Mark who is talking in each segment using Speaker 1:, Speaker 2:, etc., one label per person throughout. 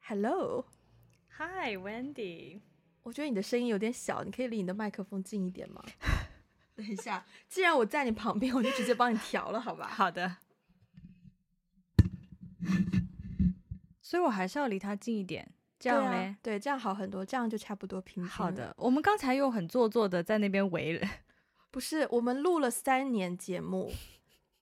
Speaker 1: Hello，
Speaker 2: Hi Wendy，
Speaker 1: 我觉得你的声音有点小，你可以离你的麦克风近一 点吗？等一下，既然我在你旁边，我就直接帮你调了，好吧？
Speaker 2: 好的。所以我还是要离他近一点，这样
Speaker 1: 对啊
Speaker 2: 嘞。嗯
Speaker 1: 对，这样好很多，这样就差不多平均了
Speaker 2: 好，的，我们刚才又很做作的在那边围了，
Speaker 1: 不是我们录了三年节目，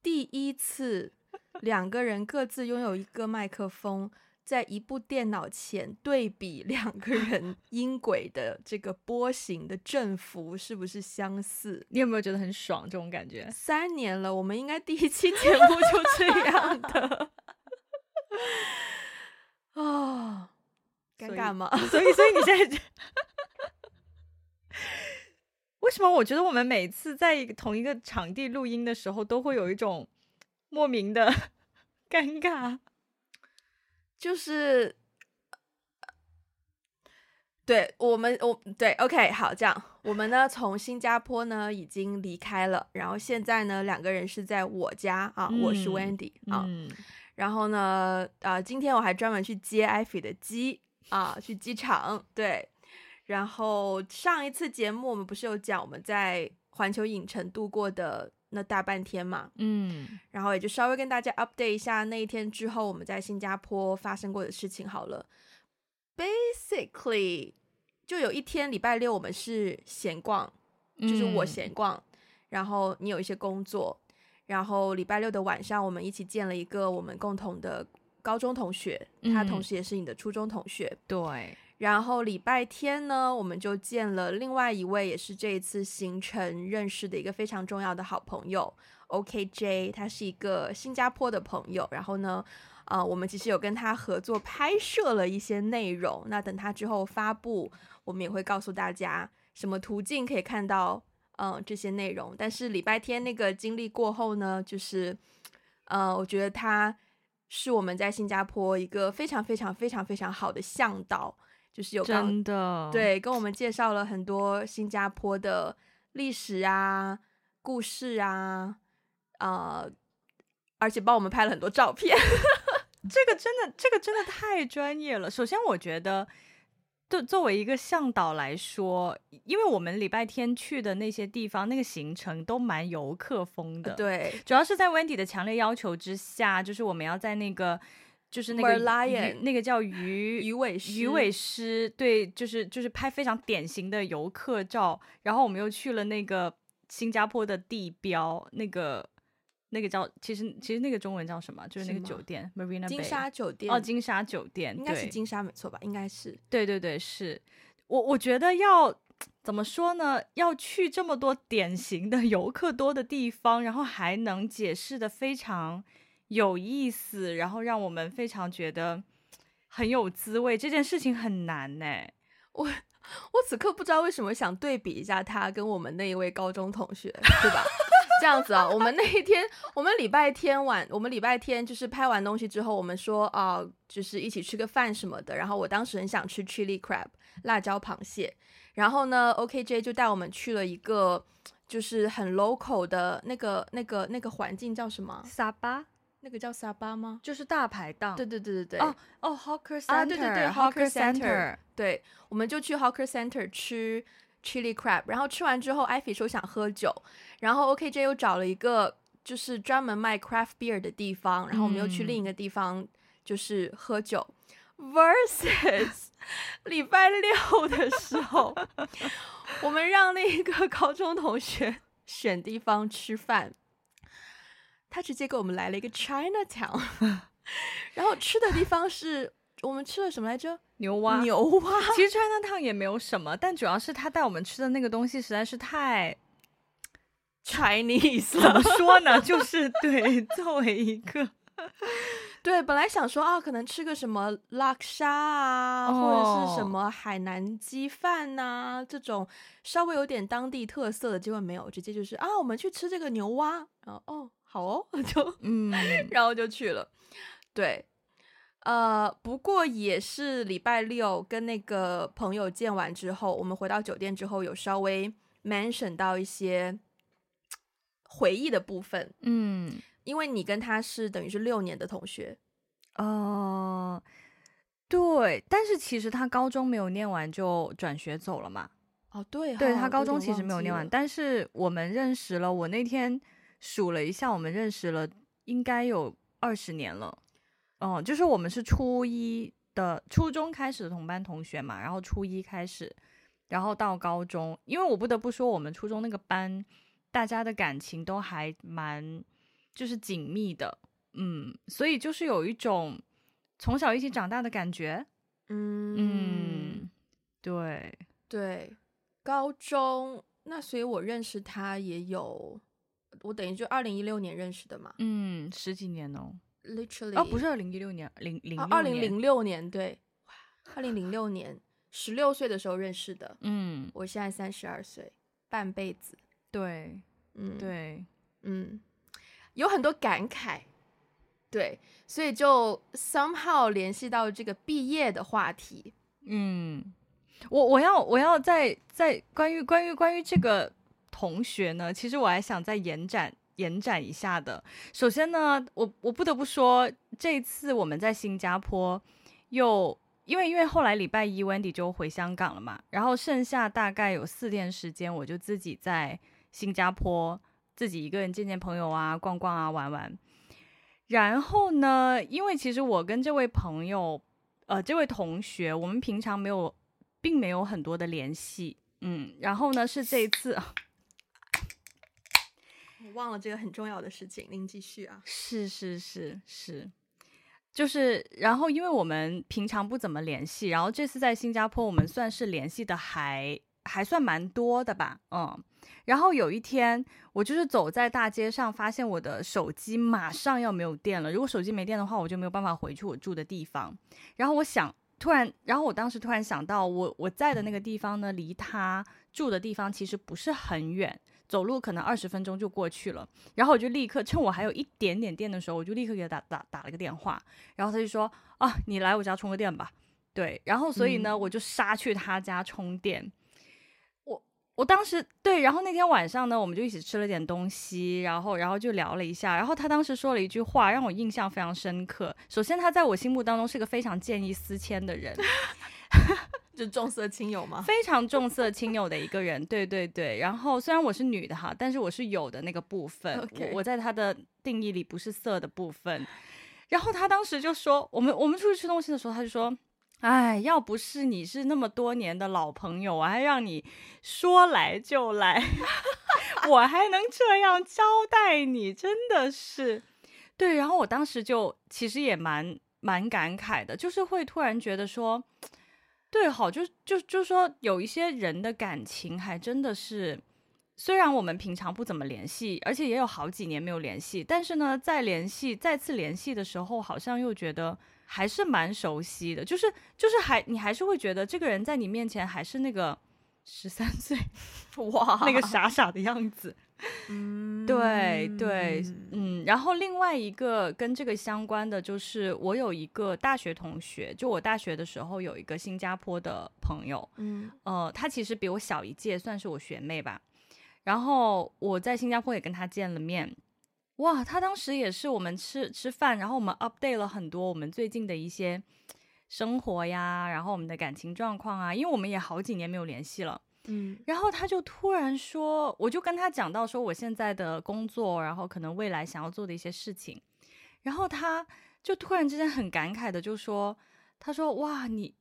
Speaker 1: 第一次两个人各自拥有一个麦克风，在一部电脑前对比两个人 音轨的这个波形的振幅是不是相 似？
Speaker 2: 你有没有觉得很爽这种感 觉？
Speaker 1: 三年了，我们应该第一期节目就这样的啊、尴尬吗？
Speaker 2: 所以，所以你现在就 为什么我觉得我们每次在同一个场地录音的时候，都会有一种莫名的 尴尬？
Speaker 1: 就是，对我们，我对，OK，好，这样，我们呢从新加坡呢已经离开了，然后现在呢两个人是在我家啊，我是
Speaker 2: 嗯
Speaker 1: Wendy 啊，
Speaker 2: 嗯，
Speaker 1: 然后呢，啊，今天我还专门去接艾菲的机啊，去机场。对，然后上一次节目我们不是有讲我们在环球影城度过的那大半天嘛，
Speaker 2: 嗯，
Speaker 1: 然后也就稍微跟大家 update 一下那一天之后我们在新加坡发生过的事情好了。Basically，就有一天礼拜六我们是闲逛，就是我
Speaker 2: 嗯
Speaker 1: 闲逛，然后你有一些工作，然后礼拜六的晚上我们一起见了一个我们共同的高中同学，他同
Speaker 2: 嗯
Speaker 1: 时也是你的初中同学。
Speaker 2: 对，
Speaker 1: 然后礼拜天呢，我们就见了另外一位也是这一次行程认识的一个非常重要的好朋友，OKJ，他是一个新加坡的朋友。然后呢，啊、我们其实有跟他合作拍摄了一些内容。那等他之后发布，我们也会告诉大家什么途径可以看到，嗯、这些内容。但是礼拜天那个经历过后呢，就是，呃，我觉得他是我们在新加坡一个非常非常非常非常好的向导，就是有告
Speaker 2: 真的，，
Speaker 1: 对，跟我们介绍了很多新加坡的历史啊、故事啊，呃，而且帮我们拍了很多照片。
Speaker 2: 这个真的，这个真的太专业了。首先，我觉得，对作为一个向导来说，因为我们礼拜天去的那些地方，那个行程都蛮游客风的，，
Speaker 1: 呃对，
Speaker 2: 主要是在 Wendy 的强烈要求之下，就是我们要在那个，就是那个
Speaker 1: Merlion
Speaker 2: 鱼那个叫鱼
Speaker 1: 鱼尾狮
Speaker 2: 鱼尾狮，对，就是就是拍非常典型的游客照。然后我们又去了那个新加坡的地标，那个那个叫其实其实那个中文叫什么？就是那
Speaker 1: 什
Speaker 2: 个
Speaker 1: 么
Speaker 2: 酒店 Marina
Speaker 1: 金
Speaker 2: Bay
Speaker 1: 沙酒店
Speaker 2: 哦，金沙酒店
Speaker 1: 应该是
Speaker 2: 对
Speaker 1: 金沙没错吧？应该是
Speaker 2: 对对对，是我我觉得要怎么说呢？要去这么多典型的游客多的地方，然后还能解释的非常有意思，然后让我们非常觉得很有滋味，这件事情很难呢、
Speaker 1: 我此刻不知道为什么想对比一下他跟我们那一位高中同学，对吧？ 这样子啊，我们那一天，我们礼拜天晚，我们礼拜天就是拍完东西之后，我们说啊、就是一起吃个饭什么的。然后我当时很想吃 chili crab 辣椒螃蟹，然后呢，OKJ 就带我们去了一个就是很 local 的那个那个那个环境叫什么？
Speaker 2: 沙巴
Speaker 1: 那个叫沙巴吗？
Speaker 2: 就是大排档，
Speaker 1: 对对对对对，
Speaker 2: 哦哦，Hawker Center，
Speaker 1: 啊对对对
Speaker 2: ，Hawker
Speaker 1: Hawker Center 对，我们就去 Hawker Center 吃 Chili Crab，然后吃完之后，艾菲说想喝酒，然后 OKJ 又找了一个就是专门卖 craft beer 的地方，然后我们又去
Speaker 2: 嗯
Speaker 1: 另一个地方就是喝酒。versus 礼拜六的时候，我们让那个高中同学选地方吃饭，他直接给我们来了一个 Chinatown，然后吃的地方是我们吃了什么来着？
Speaker 2: 牛蛙。
Speaker 1: 牛蛙，
Speaker 2: 其实川那烫也没有什么，但主要是他带我们吃的那个东西实在是太
Speaker 1: Chinese
Speaker 2: 怎么说呢？就是对， 作为一个
Speaker 1: 对，本来想说啊，可能吃个什么拉沙啊，或者是什
Speaker 2: 哦
Speaker 1: 么海南鸡饭呐、这种稍微有点当地特色的，结果没有，直接就是啊，我们去吃这个牛蛙，然后哦，好哦， 就
Speaker 2: 嗯，
Speaker 1: 然后就去了。对，呃，不过也是礼拜六跟那个朋友见完之后，我们回到酒店之后，有稍微 mention 到一些回忆的部分，
Speaker 2: 嗯，
Speaker 1: 因为你跟他是等于是六年的同学，
Speaker 2: 哦，对，但是其实他高中没有念完就转学走了嘛。
Speaker 1: 哦，对哈，
Speaker 2: 对他高中
Speaker 1: 我有点
Speaker 2: 其实没有
Speaker 1: 忘记
Speaker 2: 念完，
Speaker 1: 了
Speaker 2: 但是我们认识了。我那天数了一下，我们认识了应该有二十年了。哦、就是我们是初一的初中开始的同班同学嘛，然后初一开始，然后到高中，因为我不得不说，我们初中那个班大家的感情都还蛮就是紧密的，嗯，所以就是有一种从小一起长大的感觉，
Speaker 1: 嗯，
Speaker 2: 嗯，对，
Speaker 1: 对，高中那所以我认识他也有，我等于就二零一六年认识的嘛
Speaker 2: 嗯，十几年哦。
Speaker 1: ，literally
Speaker 2: 哦，不是二零一六年，零零
Speaker 1: 啊，二零，零六年对，二零零六年十六岁的时候认识的，
Speaker 2: 嗯，
Speaker 1: 我现在三十二岁，半辈子，
Speaker 2: 对
Speaker 1: 嗯，，
Speaker 2: 对，
Speaker 1: 嗯，有很多感慨，对，所以就 somehow 联系到这个毕业的话题，
Speaker 2: 嗯，我我要我要再再关于关于关于这个同学呢，其实我还想再延展延展一下的。首先呢，我我不得不说，这次我们在新加坡又。因为因为后来礼拜一，Wendy 就回香港了嘛，然后剩下大概有四天时间，我就自己在新加坡自己一个人见见朋友啊，逛逛啊，玩玩。然后呢，因为其实我跟这位朋友呃，这位同学，我们平常没有，并没有很多的联系，嗯，然后呢是这一次，
Speaker 1: 我忘了这个很重要的事情，您继续啊，
Speaker 2: 是是是是，就是然后因为我们平常不怎么联系，然后这次在新加坡我们算是联系的还还算蛮多的吧，嗯。然后有一天，我就是走在大街上，发现我的手机马上要没有电了。如果手机没电的话，我就没有办法回去我住的地方。然后我想，突然，然后我当时突然想到我，我在的那个地方呢，离他住的地方其实不是很远，走路可能二十分钟就过去了。然后我就立刻趁我还有一点点电的时候，我就立刻给他打打打了个电话，然后他就说啊，你来我家充个电吧。对，然后所以呢，
Speaker 1: 嗯
Speaker 2: 我就杀去他家充电。我我当时对，然后那天晚上呢，我们就一起吃了点东西，然后然后就聊了一下，然后他当时说了一句话让我印象非常深刻。首先，他在我心目当中是个非常见异思迁的人，
Speaker 1: 就重色轻友吗？
Speaker 2: 非常重色轻友的一个人，对对对。然后虽然我是女的哈，但是我是有的那个部分
Speaker 1: OK
Speaker 2: 我我在他的定义里不是色的部分。然后他当时就说，我们我们出去吃东西的时候，他就说。哎，要不是你是那么多年的老朋友，我还让你说来就来， 我还能这样招待你，真的是。对，然后我当时就其实也蛮蛮感慨的，就是会突然觉得说，对，好，就就就说有一些人的感情还真的是，虽然我们平常不怎么联系，而且也有好几年没有联系，但是呢，在联系再次联系的时候，好像又觉得还是蛮熟悉的，就是就是还你还是会觉得这个人在你面前还是那个 十三岁
Speaker 1: 哇
Speaker 2: 那个傻傻的样子，
Speaker 1: 嗯
Speaker 2: 对对，嗯，然后另外一个跟这个相关的就是，我有一个大学同学，就我大学的时候有一个新加坡的朋友，
Speaker 1: 嗯
Speaker 2: 呃，她其实比我小一届，算是我学妹吧。然后我在新加坡也跟她见了面，哇，她当时也是我们吃吃饭，然后我们 update 了很多我们最近的一些生活呀，然后我们的感情状况啊，因为我们也好几年没有联系了。
Speaker 1: 嗯
Speaker 2: 然后他就突然说，我就跟他讲到说我现在的工作，然后可能未来想要做的一些事情，然后他就突然之间很感慨的就说，他说哇，你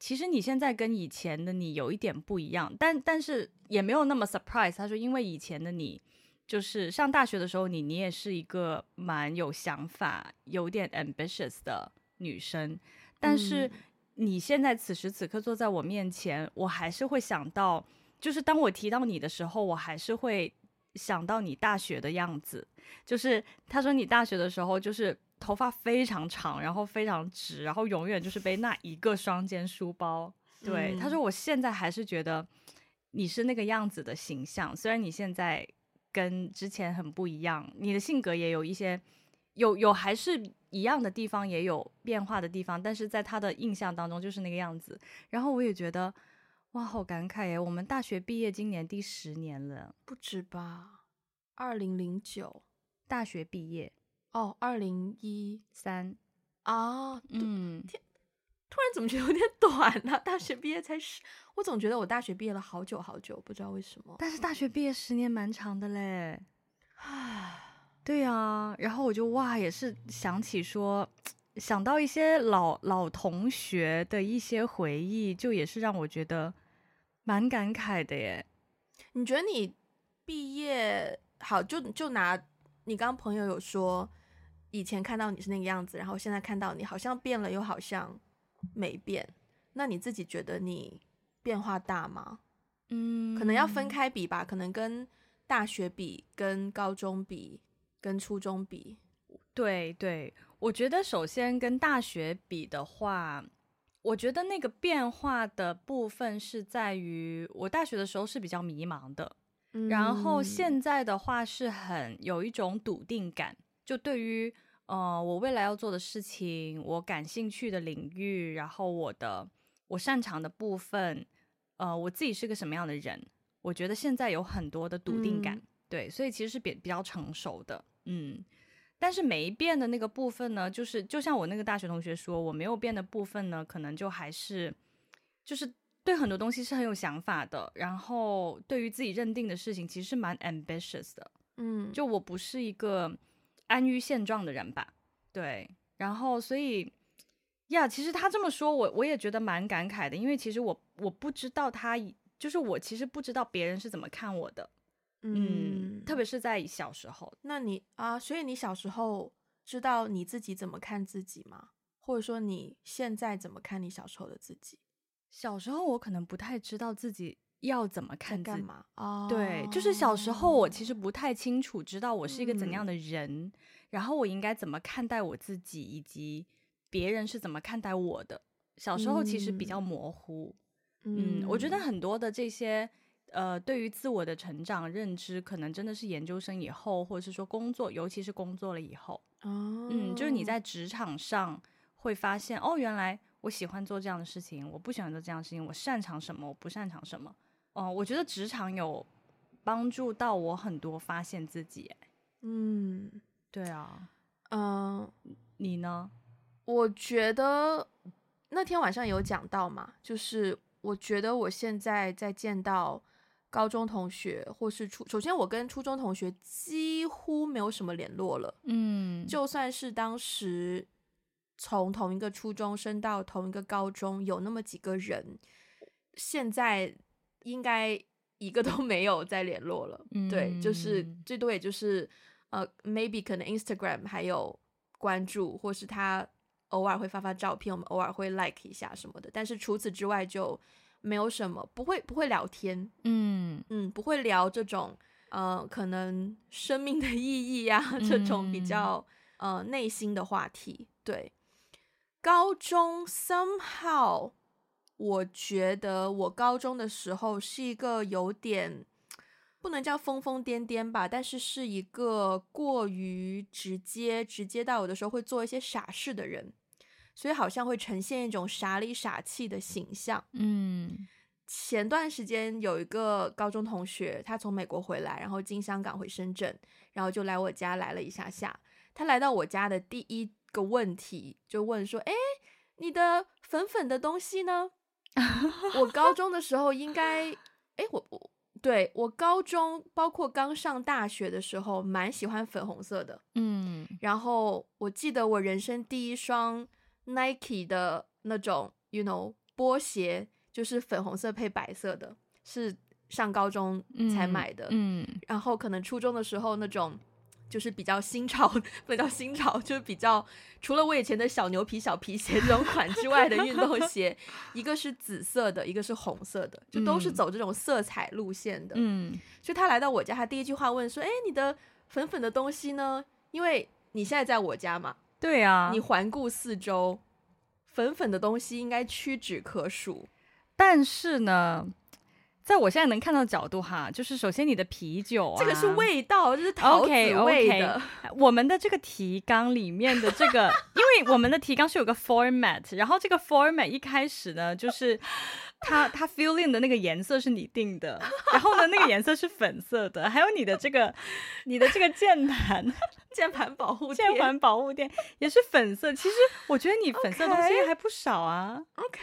Speaker 2: 其实你现在跟以前的你有一点不一样，但但是也没有那么 surprise。他说因为以前的你。就是上大学的时候你，你也是一个蛮有想法、有点 ambitious 的女生，但是
Speaker 1: 嗯
Speaker 2: 你现在此时此刻坐在我面前，我还是会想到，就是当我提到你的时候，我还是会想到你大学的样子。就是他说你大学的时候，就是头发非常长，然后非常直，然后永远就是背那一个双肩书包。对，他
Speaker 1: 嗯
Speaker 2: 说我现在还是觉得你是那个样子的形象，虽然你现在跟之前很不一样，你的性格也有一些有有还是一样的地方，也有变化的地方，但是在他的印象当中就是那个样子。然后我也觉得哇，好感慨耶！我们大学毕业今年第十年了，
Speaker 1: 不止吧，二零零九
Speaker 2: 大学毕业
Speaker 1: 哦，二零一
Speaker 2: 三，
Speaker 1: 啊，对
Speaker 2: 嗯，
Speaker 1: 突然怎么觉得有点 短呢、大学毕业才十，我总觉得我大学毕业了好久好久，不知道为什么。
Speaker 2: 但是大学毕业十年蛮长的嘞。
Speaker 1: 唉，
Speaker 2: 对呀、然后我就哇，也是想起说，想到一些老老同学的一些回忆，就也是让我觉得蛮感慨的耶。
Speaker 1: 你觉得你毕业好，就就拿你刚刚朋友有说，以前看到你是那个样子，然后现在看到你好像变了，又好像没变。那你自己觉得你变化大吗？
Speaker 2: 嗯
Speaker 1: 可能要分。开比吧，可能跟大学比、跟高中比、跟初中比，
Speaker 2: 对对，我觉得首先跟大学比的话，我觉得那个变化的部分是在于我大学的时候是比较迷茫的，然后
Speaker 1: 嗯
Speaker 2: 现在的话是很有一种笃定感，就对于呃我未来要做的事情，我感兴趣的领域，然后我的我擅长的部分，呃我自己是个什么样的人，我觉得现在有很多的笃定感，
Speaker 1: 嗯
Speaker 2: 对，所以其实是比比较成熟的，嗯。但是没变的那个部分呢，就是就像我那个大学同学说，我没有变的部分呢，可能就还是就是对很多东西是很有想法的，然后对于自己认定的事情其实是蛮 ambitious 的。
Speaker 1: 嗯，
Speaker 2: 就我不是一个安于现状的人吧，对。然后所以呀，其实他这么说，我我也觉得蛮感慨的，因为其实我我不知道他以，就是我其实不知道别人是怎么看我的，嗯，特别是在小时候，
Speaker 1: 那你啊，所以你小时候知道你自己怎么看自己吗？或者说你现在怎么看你小时候的自己？
Speaker 2: 小时候我可能不太知道自己要怎么看
Speaker 1: 在
Speaker 2: 自
Speaker 1: 干
Speaker 2: 己。
Speaker 1: 嘛？哦，
Speaker 2: 对，就是小时候我其实不太清楚，知道我是一个怎样
Speaker 1: 嗯
Speaker 2: 的人，然后我应该怎么看待我自己，以及别人是怎么看待我的。小时候其实比较
Speaker 1: 嗯
Speaker 2: 模糊，嗯我觉得很多的这些呃，对于自我的成长认知，可能真的是研究生以后，或者是说工作，尤其是工作了以后，
Speaker 1: 哦，
Speaker 2: 嗯，就是你在职场上会发现，哦，原来我喜欢做这样的事情，我不喜欢做这样的事情，我擅长什么，我不擅长什么。哦、我觉得职场有帮助到我很多，发现自己耶。
Speaker 1: 嗯
Speaker 2: 对啊，
Speaker 1: 嗯、
Speaker 2: 你呢？
Speaker 1: 我觉得那天晚上有讲到嘛，就是我觉得我现在在见到高中同学或是初，首先我跟初中同学几乎没有什么联络了。
Speaker 2: 嗯
Speaker 1: 就算是当时从同一个初中升到同一个高中，有那么几个人，现在应该一个都没有再联络了。对，就是
Speaker 2: 嗯
Speaker 1: 最多也就是呃，maybe 可能 Instagram 还有关注，或是他偶尔会发发照片，我们偶尔会 like 一下什么的。但是除此之外就没有什么，不会不会聊天，
Speaker 2: 嗯，
Speaker 1: 嗯，不会聊这种呃，可能生命的意义啊，这种比
Speaker 2: 嗯
Speaker 1: 较呃内心的话题。对，高中 somehow，我觉得我高中的时候是一个有点不能叫疯疯癫癫吧，但是是一个过于直接，直接到有的时候会做一些傻事的人，所以好像会呈现一种傻里傻气的形象。
Speaker 2: 嗯，
Speaker 1: 前段时间有一个高中同学，他从美国回来，然后经香港回深圳，然后就来我家来了一下下。他来到我家的第一个问题就问说：“哎，你的粉粉的东西呢？”我高中的时候应该，哎，我我对我高中包括刚上大学的时候，蛮喜欢粉红色的。
Speaker 2: 嗯，
Speaker 1: 然后我记得我人生第一双 Nike 的那种，you know，波鞋，就是粉红色配白色的，是上高中才买的。
Speaker 2: 嗯，
Speaker 1: 然后可能初中的时候那种。就是比较新潮， 不能叫新潮，就是比较除了我以前的小牛皮、小皮鞋 这种款之外的运动鞋，一个是紫色的，一个是红色的，就都是
Speaker 2: 嗯
Speaker 1: 走这种色彩路线的。
Speaker 2: 嗯，
Speaker 1: 就他来到我家，他第一句话问说：“哎，你的粉粉的东西呢？因为你现在在我家嘛，
Speaker 2: 对啊，
Speaker 1: 你环顾四周，粉粉的东西应该屈指可数。
Speaker 2: 但是呢，在我现在能看到的角度哈，就是首先你的啤酒啊，
Speaker 1: 这个是味道，这是桃子
Speaker 2: OK，OK
Speaker 1: 味的。
Speaker 2: 我们的这个提纲里面的这 个，因为我们的提纲是有个 format，然后这个 format 一开始呢，就是它它 fill in 的那个颜色是你定的， 然后呢，那个颜色是粉色的，还有你的这个你的这个键 盘
Speaker 1: 键盘保护
Speaker 2: 键
Speaker 1: 贴
Speaker 2: 盘保护垫也是粉色。其实我觉得你粉色的东西
Speaker 1: OK
Speaker 2: 还不少啊
Speaker 1: OK，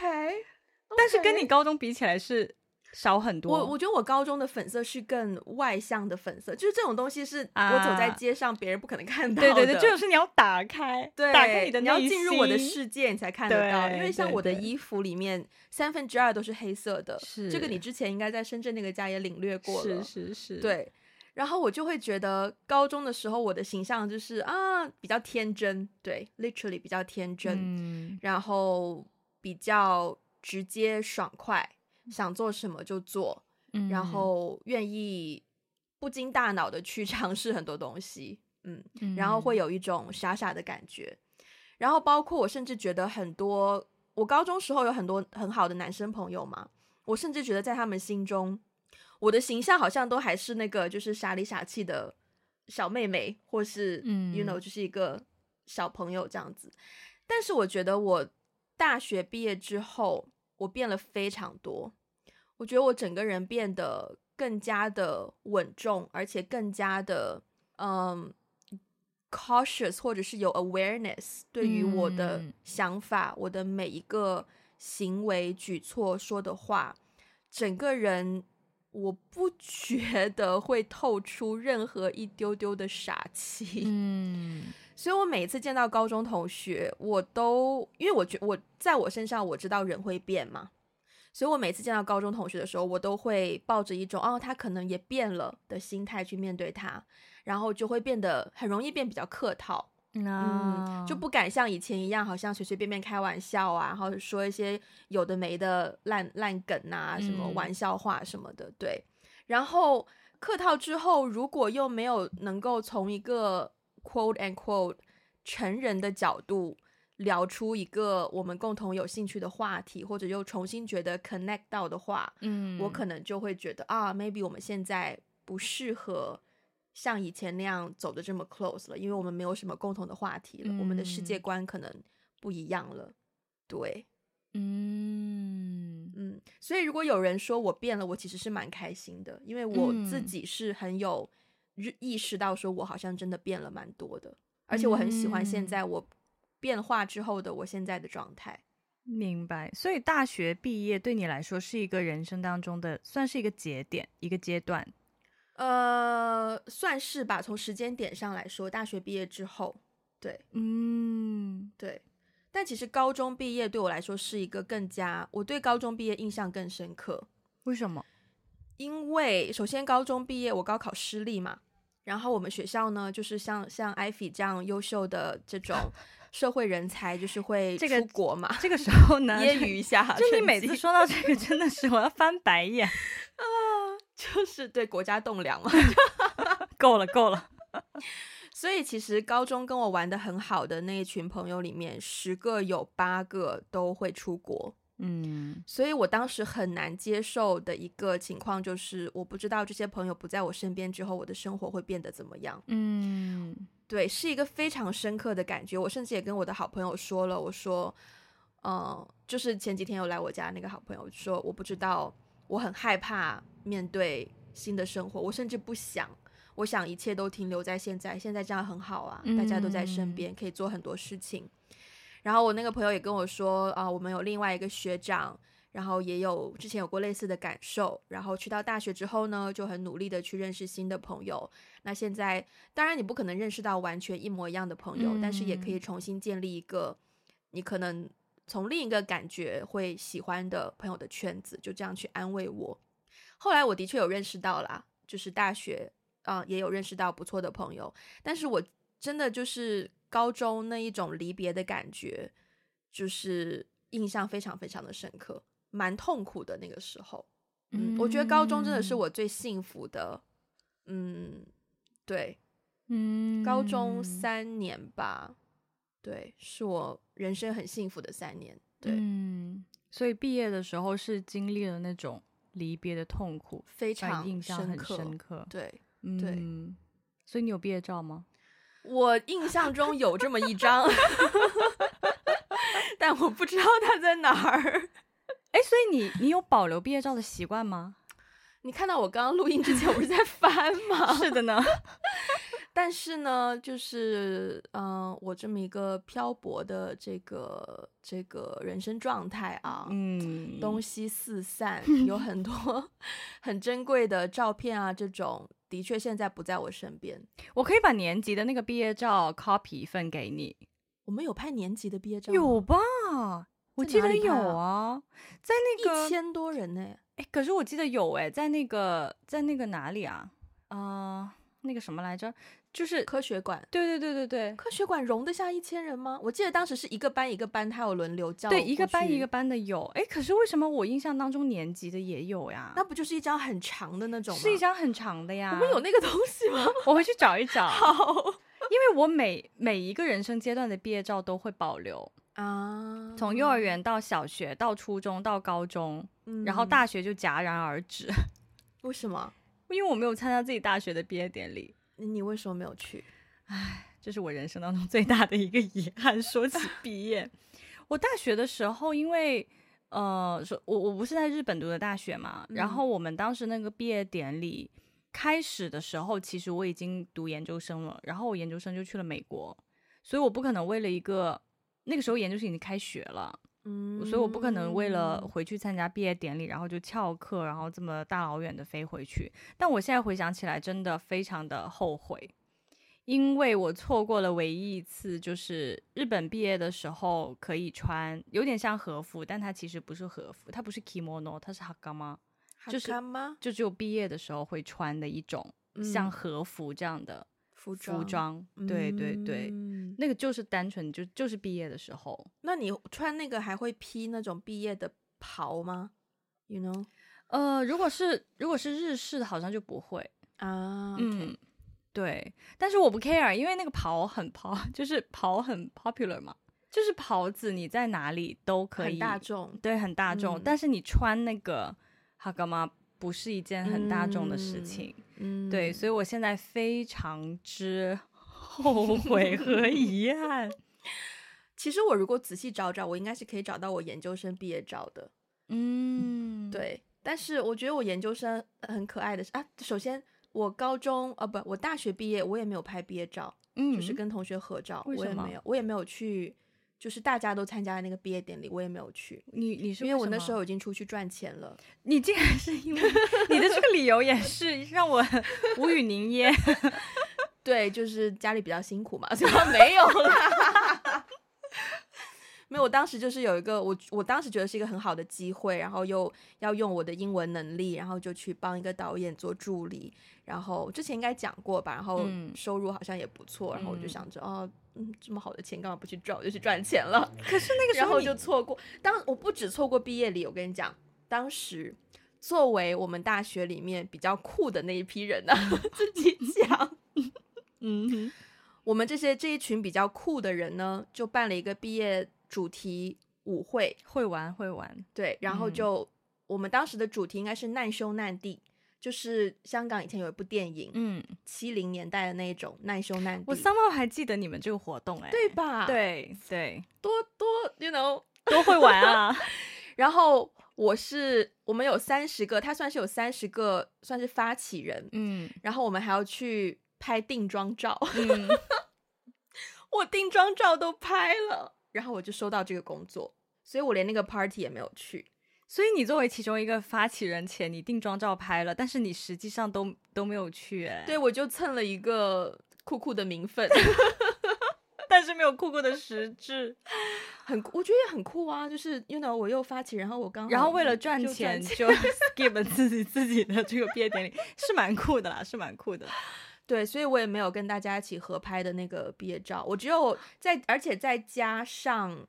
Speaker 2: 但是跟你高中比起来是少很多。
Speaker 1: 我我觉得我高中的粉色是更外向的粉色，就是这种东西是我走在
Speaker 2: 啊
Speaker 1: 街上别人不可能看到
Speaker 2: 对
Speaker 1: 的。
Speaker 2: 对对，这种是你要打开，
Speaker 1: 对，
Speaker 2: 打开你的
Speaker 1: 你要
Speaker 2: 内
Speaker 1: 进入我的
Speaker 2: 心
Speaker 1: 世界，你才看得到。
Speaker 2: 对
Speaker 1: 因为像
Speaker 2: 对
Speaker 1: 我的
Speaker 2: 对
Speaker 1: 衣服里面三分之二都是黑色的，
Speaker 2: 是
Speaker 1: 这个你之前应该在深圳那个家也领略过了。
Speaker 2: 是是是，，
Speaker 1: 对，然后我就会觉得高中的时候我的形象就是啊比较天真，对，literally 比较天真，
Speaker 2: 嗯
Speaker 1: 然后比较直接爽快，想做什么就做，
Speaker 2: 嗯
Speaker 1: 然后愿意不经大脑的去 尝试很多东西，嗯。然后会
Speaker 2: 有
Speaker 1: 有一种傻傻的感觉。然后包括我甚至觉得很多，我高中时候有很多很好的男生朋友嘛，我甚至觉得在他们心中，我的形象好像都还是那个就是傻里傻气的小妹妹，或是
Speaker 2: 嗯
Speaker 1: you know 就是一个小朋友这样子。但是我觉得我大学毕业之后，我变了非常多。我觉得我整个人变得更加的稳重，而且更加的嗯 cautious，或者是有 awareness 对于我的
Speaker 2: 嗯
Speaker 1: 想法、我的每一个行为举措、说的话，整个人我不觉得会透出任何一丢丢的傻气。
Speaker 2: 嗯
Speaker 1: 所以我每一次见到高中同学，我都因为我觉我在我身上我知道人会变嘛，所以我每次见到高中同学的时候，我都会抱着一种哦他可能也变了的心态去面对他，然后就会变得很容易变比较客套，
Speaker 2: 那
Speaker 1: 就不敢像以前一样，好像随随便便开玩笑啊，然后说一些有的没的烂烂梗啊，什么
Speaker 2: 嗯
Speaker 1: 玩笑话什么的，对。然后客套之后，如果又没有能够从一个 quote and quote 成人的角度聊出一个我们共同有兴趣的话题，或者又重新觉得 connect 到的话，
Speaker 2: 嗯
Speaker 1: 我可能就会觉得啊，maybe 我们现在不适合像以前那样走的这么 close 了，因为我们没有什么共同的话题了，我们的世界
Speaker 2: 嗯
Speaker 1: 观可能不一样了。对，
Speaker 2: 嗯
Speaker 1: 嗯，所以如果有人说我变了，我其实是蛮开心的，因为我自
Speaker 2: 嗯
Speaker 1: 己是很有日意识到，说我好像真的变了蛮多的，而且我很喜欢现
Speaker 2: 嗯
Speaker 1: 在我变化之后的我现在的状态。
Speaker 2: 明白。所以大学毕业对你来说是一个人生当中的算是一个节点，一个阶段。
Speaker 1: 呃，算是吧，从时间点上来说，大学毕业之后，对，
Speaker 2: 嗯
Speaker 1: 对，但其实高中毕业对我来说是一个更加，我对高中毕业印象更深刻，
Speaker 2: 为什么？
Speaker 1: 因为首先高中毕业我高考失利嘛，然后我们学校呢就是像像艾菲这样优秀的这 种社会人才，就是会
Speaker 2: 这个
Speaker 1: 出 国嘛，
Speaker 2: 这个时候呢？
Speaker 1: 揶 揄一下，
Speaker 2: 就你
Speaker 1: 趁
Speaker 2: 每
Speaker 1: 机
Speaker 2: 次说到这个，真的是我要翻白眼。
Speaker 1: 就是对国家栋梁 嘛，
Speaker 2: 够了，够了。
Speaker 1: 所以其实高中跟我玩的很好的那一群朋友里面，十个有八个都会出国，
Speaker 2: 嗯
Speaker 1: 所以我当时很难接受的一个情况就是，我不知道这些朋友不在我身边之后，我的生活会变得怎么样。
Speaker 2: 嗯
Speaker 1: 对，是一个非常深刻的感觉。我甚至也跟我的好朋友说了，我说，嗯、就是前几天有来我家那个好朋友说，我不知道，我很害怕面对新的生活，我甚至不想。我想一切都停留在现在，现在这样很好啊，大家都在身
Speaker 2: 嗯
Speaker 1: 边，可以做很多事情。然后我那个朋友也跟我说，啊、我们有另外一个学长，然后也有之前有过类似的感受，然后去到大学之后呢，就很努力的去认识新的朋友。那现在当然你不可能认识到完全一模一样的朋友，但是也可以重新建立一个你可能从另一个感觉会喜欢的朋友的圈子，就这样去安慰我。后来我的确有认识到啦，就是大学啊、呃也有认识到不错的朋友，但是我真的就是高中那一种离别的感觉，就是印象非常非常的深刻，蛮痛苦的那个时候。嗯，我觉得高中真的是我最幸福的，嗯，对，
Speaker 2: 嗯
Speaker 1: 高中三年吧，对，是我人生很幸福的三年。对，
Speaker 2: 嗯，所以毕业的时候是经历了那种离别的痛苦，
Speaker 1: 非
Speaker 2: 让
Speaker 1: 常
Speaker 2: 你印象很
Speaker 1: 刻。
Speaker 2: 深刻。
Speaker 1: 对对
Speaker 2: 嗯，所以你有毕业照吗？
Speaker 1: 我印象中有这么一张，但我不知道它在哪儿。
Speaker 2: 哎，所以你你有保留毕业照的习惯吗？
Speaker 1: 你看到我刚刚录音之前，我不是在翻吗？
Speaker 2: 是的 呢，
Speaker 1: 但是呢，就是嗯、呃我这么一个漂泊的这个这个人生状态啊，
Speaker 2: 嗯，
Speaker 1: 东西四散， 有很多很珍贵的照片啊，这种的确现在不在我身边。
Speaker 2: 我可以把年级的那个毕业照 copy 一份给你，
Speaker 1: 我们有拍年级的毕业照吗，
Speaker 2: 有吧？我
Speaker 1: 在
Speaker 2: 记
Speaker 1: 哪
Speaker 2: 得
Speaker 1: 里拍
Speaker 2: 有
Speaker 1: 啊
Speaker 2: 啊，在那个
Speaker 1: 一千多人呢、
Speaker 2: 哎，可是我记得有哎，在那个在那个哪里啊？啊、那个什么来着？就是
Speaker 1: 科学馆。
Speaker 2: 对对对对
Speaker 1: 科学馆容得下一千人吗？我记得当时是一个班一个班，他有轮流叫
Speaker 2: 对，对一个
Speaker 1: 过
Speaker 2: 班一
Speaker 1: 去
Speaker 2: 个，班的有哎，可是为什么我印象当中年级的也有呀？
Speaker 1: 那不就是一张很长的那种吗？
Speaker 2: 是一张很长的呀。
Speaker 1: 我们有，那个东 西吗？
Speaker 2: 我回去找一找，
Speaker 1: 好
Speaker 2: 因为我每每一个人生阶段的毕业照都会保留，
Speaker 1: 啊，
Speaker 2: 从幼儿园到小学到初中到高中，
Speaker 1: 嗯，
Speaker 2: 然后大学就戛然而止，
Speaker 1: 为什么？
Speaker 2: 因为我没有参加自己大学的毕业典礼。
Speaker 1: 你为什么没有去？
Speaker 2: 这是我人生当中最大的一个遗憾。说起毕业，我大学的时候，因为呃，说我我不是在日本读的大学嘛，然
Speaker 1: 嗯
Speaker 2: 后我们当时那个毕业典礼开始的时候，其实我已经读研究生了，然后我研究生就去了美国，所以我不可能为了一个那个时候研究生已经开学了，
Speaker 1: 嗯
Speaker 2: 所以我不可能为了回去参加毕业典礼，然后就翘课，然后这么大老远的飞回去。但我现在回想起来，真的非常的后悔，因为我错过了唯一一次，就是日本毕业的时候可以穿，有点像和服，但它其实不是和服，它不是 kimono，它是 hakama，就是
Speaker 1: 哈卡吗？
Speaker 2: 就只有毕业的时候会穿的一种像
Speaker 1: 嗯
Speaker 2: 和服这样的
Speaker 1: 服装，
Speaker 2: 服装。对对对，
Speaker 1: 嗯
Speaker 2: 那个就是单纯就就是毕业的时候。
Speaker 1: 那你穿那个还会披那种毕业的袍吗？You know
Speaker 2: 呃，如果是如果是日式的，好像就不会。
Speaker 1: 啊，
Speaker 2: 嗯，对，但是我不 care，因为那个袍很袍， 就是袍很 popular 嘛，就是袍子你在哪里都可以，
Speaker 1: 很大众，
Speaker 2: 对，很大众。
Speaker 1: 嗯
Speaker 2: 但是你穿那个哈干嘛不是一件很大众的事
Speaker 1: 嗯
Speaker 2: 情，
Speaker 1: 嗯，
Speaker 2: 对，所以我现在非常之后悔和 遗憾。
Speaker 1: 其实我如果仔细找找，我应该是可以找到我研究生毕业照的。
Speaker 2: 嗯，，
Speaker 1: 对，但是我觉得我研究生很可爱的是啊，首先我高中啊不，我大学毕业我也没有拍毕业照，
Speaker 2: 嗯，
Speaker 1: 就是跟同学合照，
Speaker 2: 为
Speaker 1: 我
Speaker 2: 什
Speaker 1: 也
Speaker 2: 么
Speaker 1: 没有，我也没有去，就是大家都参加的那个毕业典礼，我也没有去，
Speaker 2: 你你是
Speaker 1: 因为
Speaker 2: 为
Speaker 1: 我
Speaker 2: 什
Speaker 1: 那
Speaker 2: 么
Speaker 1: 时候已经出去赚钱了。
Speaker 2: 你竟然是因为你的这个理由也是让我无语凝噎。
Speaker 1: 对，就是家里比较辛苦嘛，所以我没有啦。 没有，我当时就是有一个我，我当时觉得是一个很好的机会，然后又要用我的英文能力，然后就去帮一个导演做助理，然后之前应该讲过吧，然后
Speaker 2: 嗯
Speaker 1: 收入好像也不错，然后我就
Speaker 2: 嗯
Speaker 1: 想着，哦，嗯，这么好的钱干嘛不去赚，我就去赚钱了。
Speaker 2: 可是 那个时
Speaker 1: 然
Speaker 2: 候
Speaker 1: 后
Speaker 2: 你
Speaker 1: 就错过。当我不只错过毕业礼，我跟你讲，当时作为我们大学里面比较酷的那一批人呢、 自己讲，
Speaker 2: 嗯
Speaker 1: 我们这些这一群比较酷的人呢，就办了一个毕业主题舞会，
Speaker 2: 哼，会玩会玩，
Speaker 1: 对，然后
Speaker 2: 嗯
Speaker 1: 就、我们当时的主题应该是难兄难弟。就是香港以前有一部电影，
Speaker 2: 嗯，
Speaker 1: 七零、年代的那一种难兄难弟，
Speaker 2: 我 somehow 还记得你们这个活动哎，
Speaker 1: 对吧？，
Speaker 2: 对对，
Speaker 1: 多多，you know，
Speaker 2: 都会玩 啊，
Speaker 1: 然后我是我们有三十个，他算是有三十个算是发起人，
Speaker 2: 嗯
Speaker 1: 然后我们还要去拍定妆照，
Speaker 2: 嗯，
Speaker 1: 我定妆照都拍了，然后我就收到这个工作，所以我连那个 party 也没有去。
Speaker 2: 所以你作为其中一个发起人前，你定妆照拍了，但是你实际上都都没有去哎，
Speaker 1: 对，，我就蹭了一个酷酷的 名分，
Speaker 2: 但是没有酷过的实质，
Speaker 1: 很酷我觉得也很酷啊，就是 you know 我又发起，然后我刚好
Speaker 2: 然后为了赚
Speaker 1: 就
Speaker 2: 钱嗯
Speaker 1: 钱，
Speaker 2: 就 skip 了自己自己的这个毕业典礼，是蛮酷的啦，是蛮酷的，
Speaker 1: 对，所以我也没有跟大家一起合拍的那个毕业照，我只有在，而且再加上，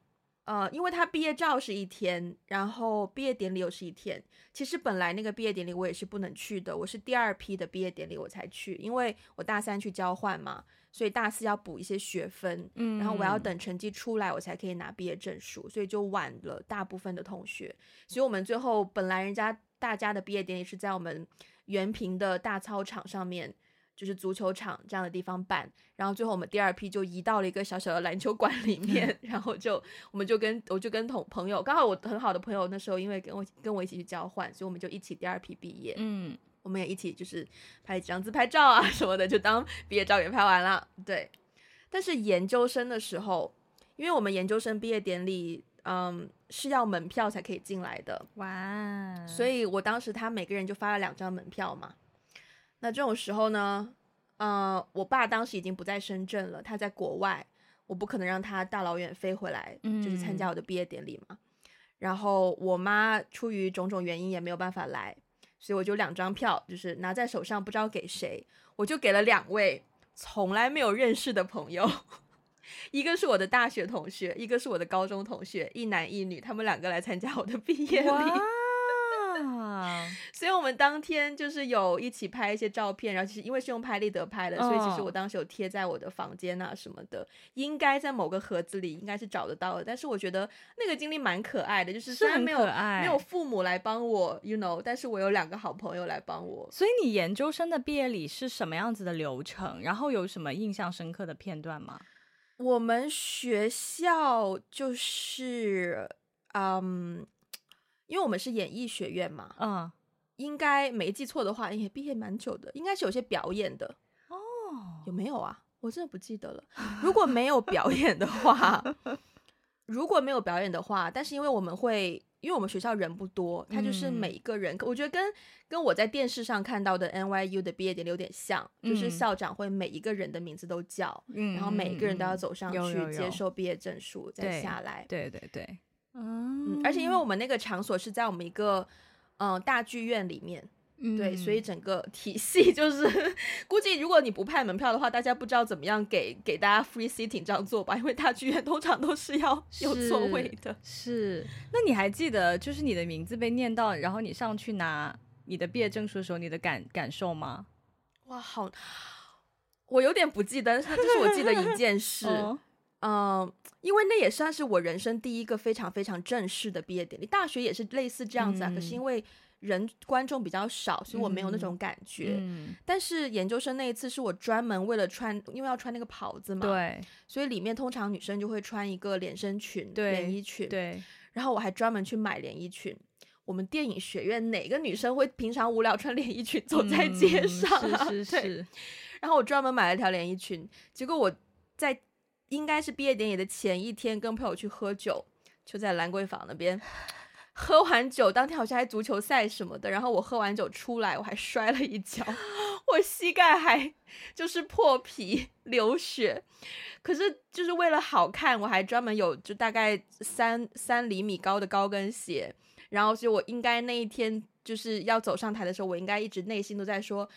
Speaker 1: 呃，因为他毕业照是一天，然后毕业典礼又是一天。其实本来那个毕业典礼我也是不能去的，我是第二批的毕业典礼我才去，因为我大三去交换嘛，所以大四要补一些学分，
Speaker 2: 嗯
Speaker 1: 然后我要等成绩出来我才可以拿毕业证书，所以就晚了大部分的同学。所以我们最后本来人家大家的毕业典礼是在我们原平的大操场上面。就是足球场这样的地方办，然后最后我们第二批就移到了一个小小的篮球馆里面，然后就我们就跟我就跟同朋友，刚好我很好的朋友那时候因为跟我跟我一起去交换，所以我们就一起第二批毕业，
Speaker 2: 嗯，
Speaker 1: 我们也一起就是拍几张自拍照啊 什么的，就当毕业照给拍完了。对，但是研究生的时候，因为我们研究生毕业典礼，嗯，是要门票才可以进来的，
Speaker 2: 哇，
Speaker 1: 所以我当时他每个人就发了两张门票嘛。那这种时候呢，呃，我爸当时已经不在深圳了，他在国外，我不可能让他大老远飞回来，就是参加我的毕业典礼嘛。然后我妈出于种种原因也没有办法来，所以我就两张票，就是拿在手上，不知道给谁，我就给了两位从来没有认识的朋友。 一个是我的大学同学，一个是我的高中同学，一男一女，他们两个来参加我的毕业礼。
Speaker 2: 哇，
Speaker 1: 所以我们当天就是有一起拍一些照片，然后其实因为是用拍立得拍的，所以其实
Speaker 2: 哦
Speaker 1: 我当时有贴在我的房间啊什么的，应该在某个盒子里应该是找得到的。但是我觉得那个经历蛮可爱的，就是
Speaker 2: 是
Speaker 1: 虽然
Speaker 2: 很
Speaker 1: 没有
Speaker 2: 可爱
Speaker 1: 没有父母来帮我，you know，但是我有两个好朋友来帮我。
Speaker 2: 所以你研究生的毕业礼是什么样子的流程？然后有什么印象深刻的片段吗？
Speaker 1: 我们学校就是，嗯，因为我们是演艺学院嘛，
Speaker 2: 嗯，
Speaker 1: 应该没记错的话，也毕业蛮久的，应该是有些表演的。
Speaker 2: 哦，
Speaker 1: 有没有啊？我真的不 记得了。如果没有表演的话，如果没有表演的话，但是因为我们会，因为我们学校人不多，他就是
Speaker 2: 嗯
Speaker 1: 每一个人，我觉得跟跟我在电视上看到的 NYU 的毕业典礼有点像，就是
Speaker 2: 嗯
Speaker 1: 校长会每一个人的名字都叫，
Speaker 2: 嗯
Speaker 1: 然后每一个人都要
Speaker 2: 嗯
Speaker 1: 走上
Speaker 2: 有有
Speaker 1: 去接
Speaker 2: 有
Speaker 1: 受毕业证书，再
Speaker 2: 对
Speaker 1: 下来。
Speaker 2: 对对对，
Speaker 1: 嗯
Speaker 2: 嗯，
Speaker 1: 而且因为我们那个场所是在我们一个嗯、呃大剧院里面，
Speaker 2: 嗯
Speaker 1: 对，所以整个体系就是， 估计如果你不派门票的话，大家不知道怎么样给给大家 free sitting 这样做吧，因为大剧院通常都是要有座位的。
Speaker 2: 是，那你还记得就是你的名字被念到，然后你上去拿你的毕业证书的时候，你的感感受吗？
Speaker 1: 哇，好，我有点不记得，但是就是我记得一 件事，
Speaker 2: 哦
Speaker 1: 嗯，因为那也算是我人生第一个非常非常正式的毕业典礼。大学也是类似这样子啊，可是
Speaker 2: 嗯
Speaker 1: 因为人观众比较少，所以我没有那
Speaker 2: 嗯
Speaker 1: 种感觉。
Speaker 2: 嗯，
Speaker 1: 但是研究生那一次是我专门为了穿，因为要穿那个袍子嘛，
Speaker 2: 对
Speaker 1: 所以里面通常女生就会穿一个连身裙、
Speaker 2: 对
Speaker 1: 连衣裙。
Speaker 2: 对，
Speaker 1: 然后我还专门去买连衣裙。我们电影学院哪个女生会平常无聊穿连衣裙走在街
Speaker 2: 嗯
Speaker 1: 上啊？
Speaker 2: 是是
Speaker 1: 对
Speaker 2: 是，
Speaker 1: 然后我专门买了一条连衣裙，结果我在应该是毕业典礼的前一天跟朋友去喝酒，就在兰桂坊那边。喝完酒当天好像还足球赛什么的，然后我喝完酒出来，我还摔了一跤， 我膝盖还就是破皮流血。可是就是为了好看，我还专门有就大概三三厘米高的高跟鞋，然后所以我应该那一天就是要走上台的时候，我应该一直内心都在说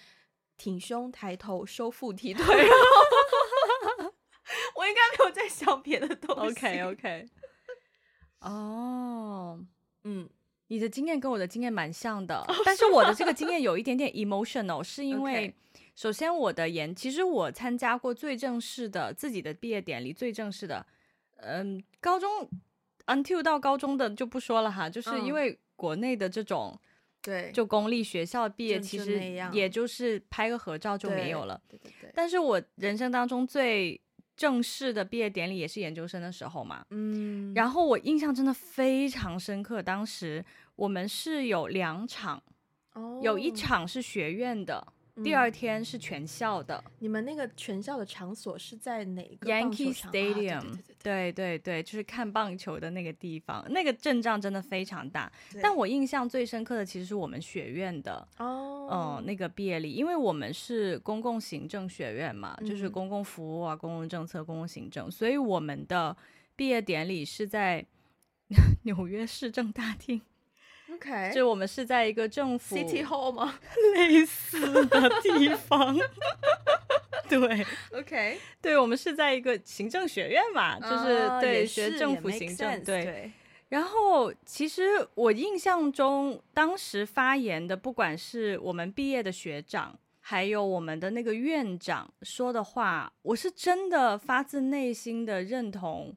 Speaker 1: 挺胸抬头收腹提腿， 然后我应该没有在想别的东西。
Speaker 2: OK OK。哦，
Speaker 1: 嗯，
Speaker 2: 你的经验跟我的经验蛮像的，但是我的这个经验有一点点 emotional，是因为
Speaker 1: 哦 OK
Speaker 2: 首先我的研，其实我参加过最正式的自己的毕业典礼，最正式的，嗯，高中 until 到高中的就不说了哈，就是
Speaker 1: 嗯
Speaker 2: 因为国内的这种
Speaker 1: 对，
Speaker 2: 就公立学校毕业，
Speaker 1: 就
Speaker 2: 其
Speaker 1: 就
Speaker 2: 实
Speaker 1: 那样
Speaker 2: 也就是拍个合照就没有了。
Speaker 1: 对对对，
Speaker 2: 但是我人生当中最正式的毕业典礼也是研究生的时候嘛，
Speaker 1: 嗯，后
Speaker 2: 然后我印象真的非常深刻，当时我们是有两场，有
Speaker 1: 哦
Speaker 2: 一场是学院的，第
Speaker 1: 嗯
Speaker 2: 二天是全校的、
Speaker 1: 你们那个全校的场所是在哪个
Speaker 2: Yankee
Speaker 1: 棒球场啊
Speaker 2: Stadium，、
Speaker 1: 对对对对对
Speaker 2: 对对对，就是看棒球的那个地方，那个阵仗真的非常大。
Speaker 1: 对
Speaker 2: 但我印象最深刻的其实是我们学院的，嗯、
Speaker 1: 哦，
Speaker 2: 那个毕业礼，因为我们是公共行政学院嘛，就是
Speaker 1: 嗯
Speaker 2: 公共服务啊、公共政策、公共行政，所以我们的毕业典礼是在 纽约市政大厅。
Speaker 1: OK，
Speaker 2: 嗯就我们是在一个政府
Speaker 1: City Hall 吗
Speaker 2: 类似的地 方，对
Speaker 1: ？OK，
Speaker 2: 对，我们是在一个行政学院嘛， 就是、
Speaker 1: 啊
Speaker 2: 对
Speaker 1: 也
Speaker 2: 学
Speaker 1: 是
Speaker 2: 政
Speaker 1: 也
Speaker 2: 府
Speaker 1: make
Speaker 2: 行政
Speaker 1: sense，
Speaker 2: 对。
Speaker 1: 对，
Speaker 2: 然后其实我印象中，当时发言的不管是我们毕业的学长，还有我们的那个院长说的话，我是真的发自内心的认同，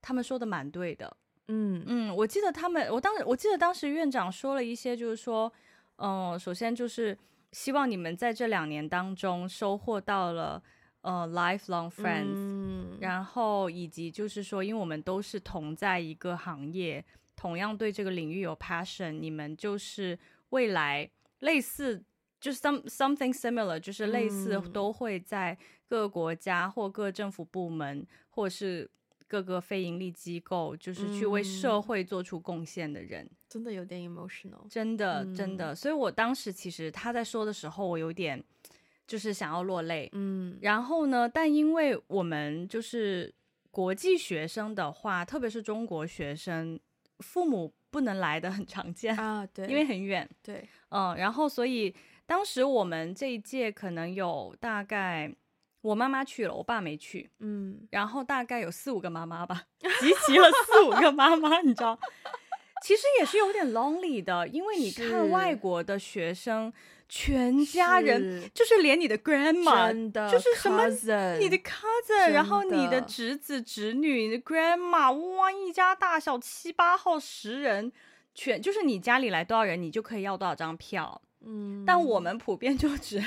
Speaker 2: 他们说的蛮对的。
Speaker 1: 嗯
Speaker 2: 嗯，我记呃得他们，我当我记得当时院长说了一些，就是说，嗯、首先就是希望你们在这两年当中收获到了呃 lifelong friends，、
Speaker 1: 嗯，
Speaker 2: 然后以及就是说，因为我们都是同在一个行业，同样对这个领域有 passion，你们就是未来类似。就是 some something similar，就是类似
Speaker 1: 嗯
Speaker 2: 都会在各个国家或各政府部门，或是各个非盈利机构，就是去为社
Speaker 1: 嗯
Speaker 2: 会做出贡献的人。
Speaker 1: 真的有点 emotional，
Speaker 2: 真的，
Speaker 1: 嗯
Speaker 2: 真的。所以我当时其实他在说的时候，我有点就是想要落泪。
Speaker 1: 嗯
Speaker 2: 然后呢，但因为我们就是国际学生的话，特别是中国学生，父母不能来的很常见，
Speaker 1: 啊，对，
Speaker 2: 因为很远。
Speaker 1: 对，
Speaker 2: 嗯，然后所以当时我们这一届可能有大概。我妈妈去了，我爸没去，
Speaker 1: 嗯
Speaker 2: 然后大概有四五个妈妈 吧，集齐了四五个妈妈，你知道，其实也是有点 lonely 的，因为你看
Speaker 1: 是
Speaker 2: 外国的学生，全家人
Speaker 1: 是
Speaker 2: 就是连你的 grandma，
Speaker 1: 真的
Speaker 2: 就是什么
Speaker 1: cousin,
Speaker 2: 你的 cousin，然后
Speaker 1: 真
Speaker 2: 你的
Speaker 1: 的
Speaker 2: 侄子侄女，你的 grandma，哇，一家大小七八号十人，全就是你家里来多少人，你就可以要多少张票。
Speaker 1: 嗯，
Speaker 2: 但我们普遍就只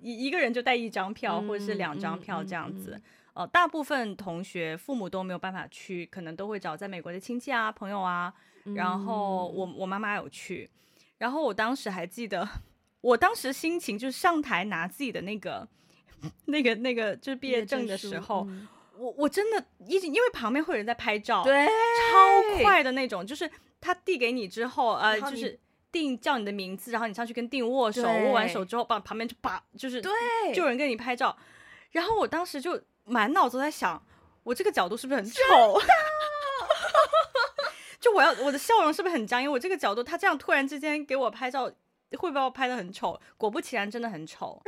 Speaker 2: 一一个人就带一张票，或者是
Speaker 1: 嗯
Speaker 2: 两张
Speaker 1: 嗯
Speaker 2: 票
Speaker 1: 嗯
Speaker 2: 这样子。
Speaker 1: 嗯
Speaker 2: 呃，大部分同学父母都没有办法去，可能都会找在美国的亲戚啊、朋友啊。然后
Speaker 1: 嗯
Speaker 2: 我我妈妈有去，然后我当时还记得， 我当时心情就是上台拿自己的那个、那个、那个就是毕
Speaker 1: 毕
Speaker 2: 业证的时候，
Speaker 1: 嗯
Speaker 2: 我我真的一直因为旁边会有人在拍照，
Speaker 1: 对，
Speaker 2: 超快的那种，就是他递给你之后，呃，
Speaker 1: 然后
Speaker 2: 就
Speaker 1: 你
Speaker 2: 是定叫你的名字，然后你上去跟定握手，
Speaker 1: 对
Speaker 2: 握完手之后，把旁边就把就是
Speaker 1: 对，
Speaker 2: 就有人跟你拍照，然后我当时就满脑子在想，我这个角度是不是很丑？就我要我的笑容是不是很僵硬？我这个角度，他这样突然之间给我拍照，会不会我拍的很丑？果不其然，真的很丑，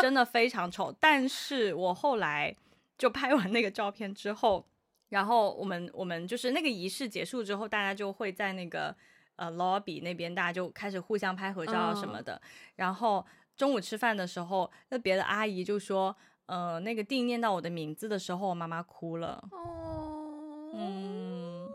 Speaker 2: 真的非常丑。但是我后来就拍完那个照片之后，然后我们我们就是那个仪式结束之后，大家就会在那个呃 lobby 那边，大家就开始互相拍合照啊什么的。然后中午吃饭的时候，那别的阿姨就说，呃，那个定念到我的名字的时候，我妈妈哭了。
Speaker 1: 哦，
Speaker 2: 嗯，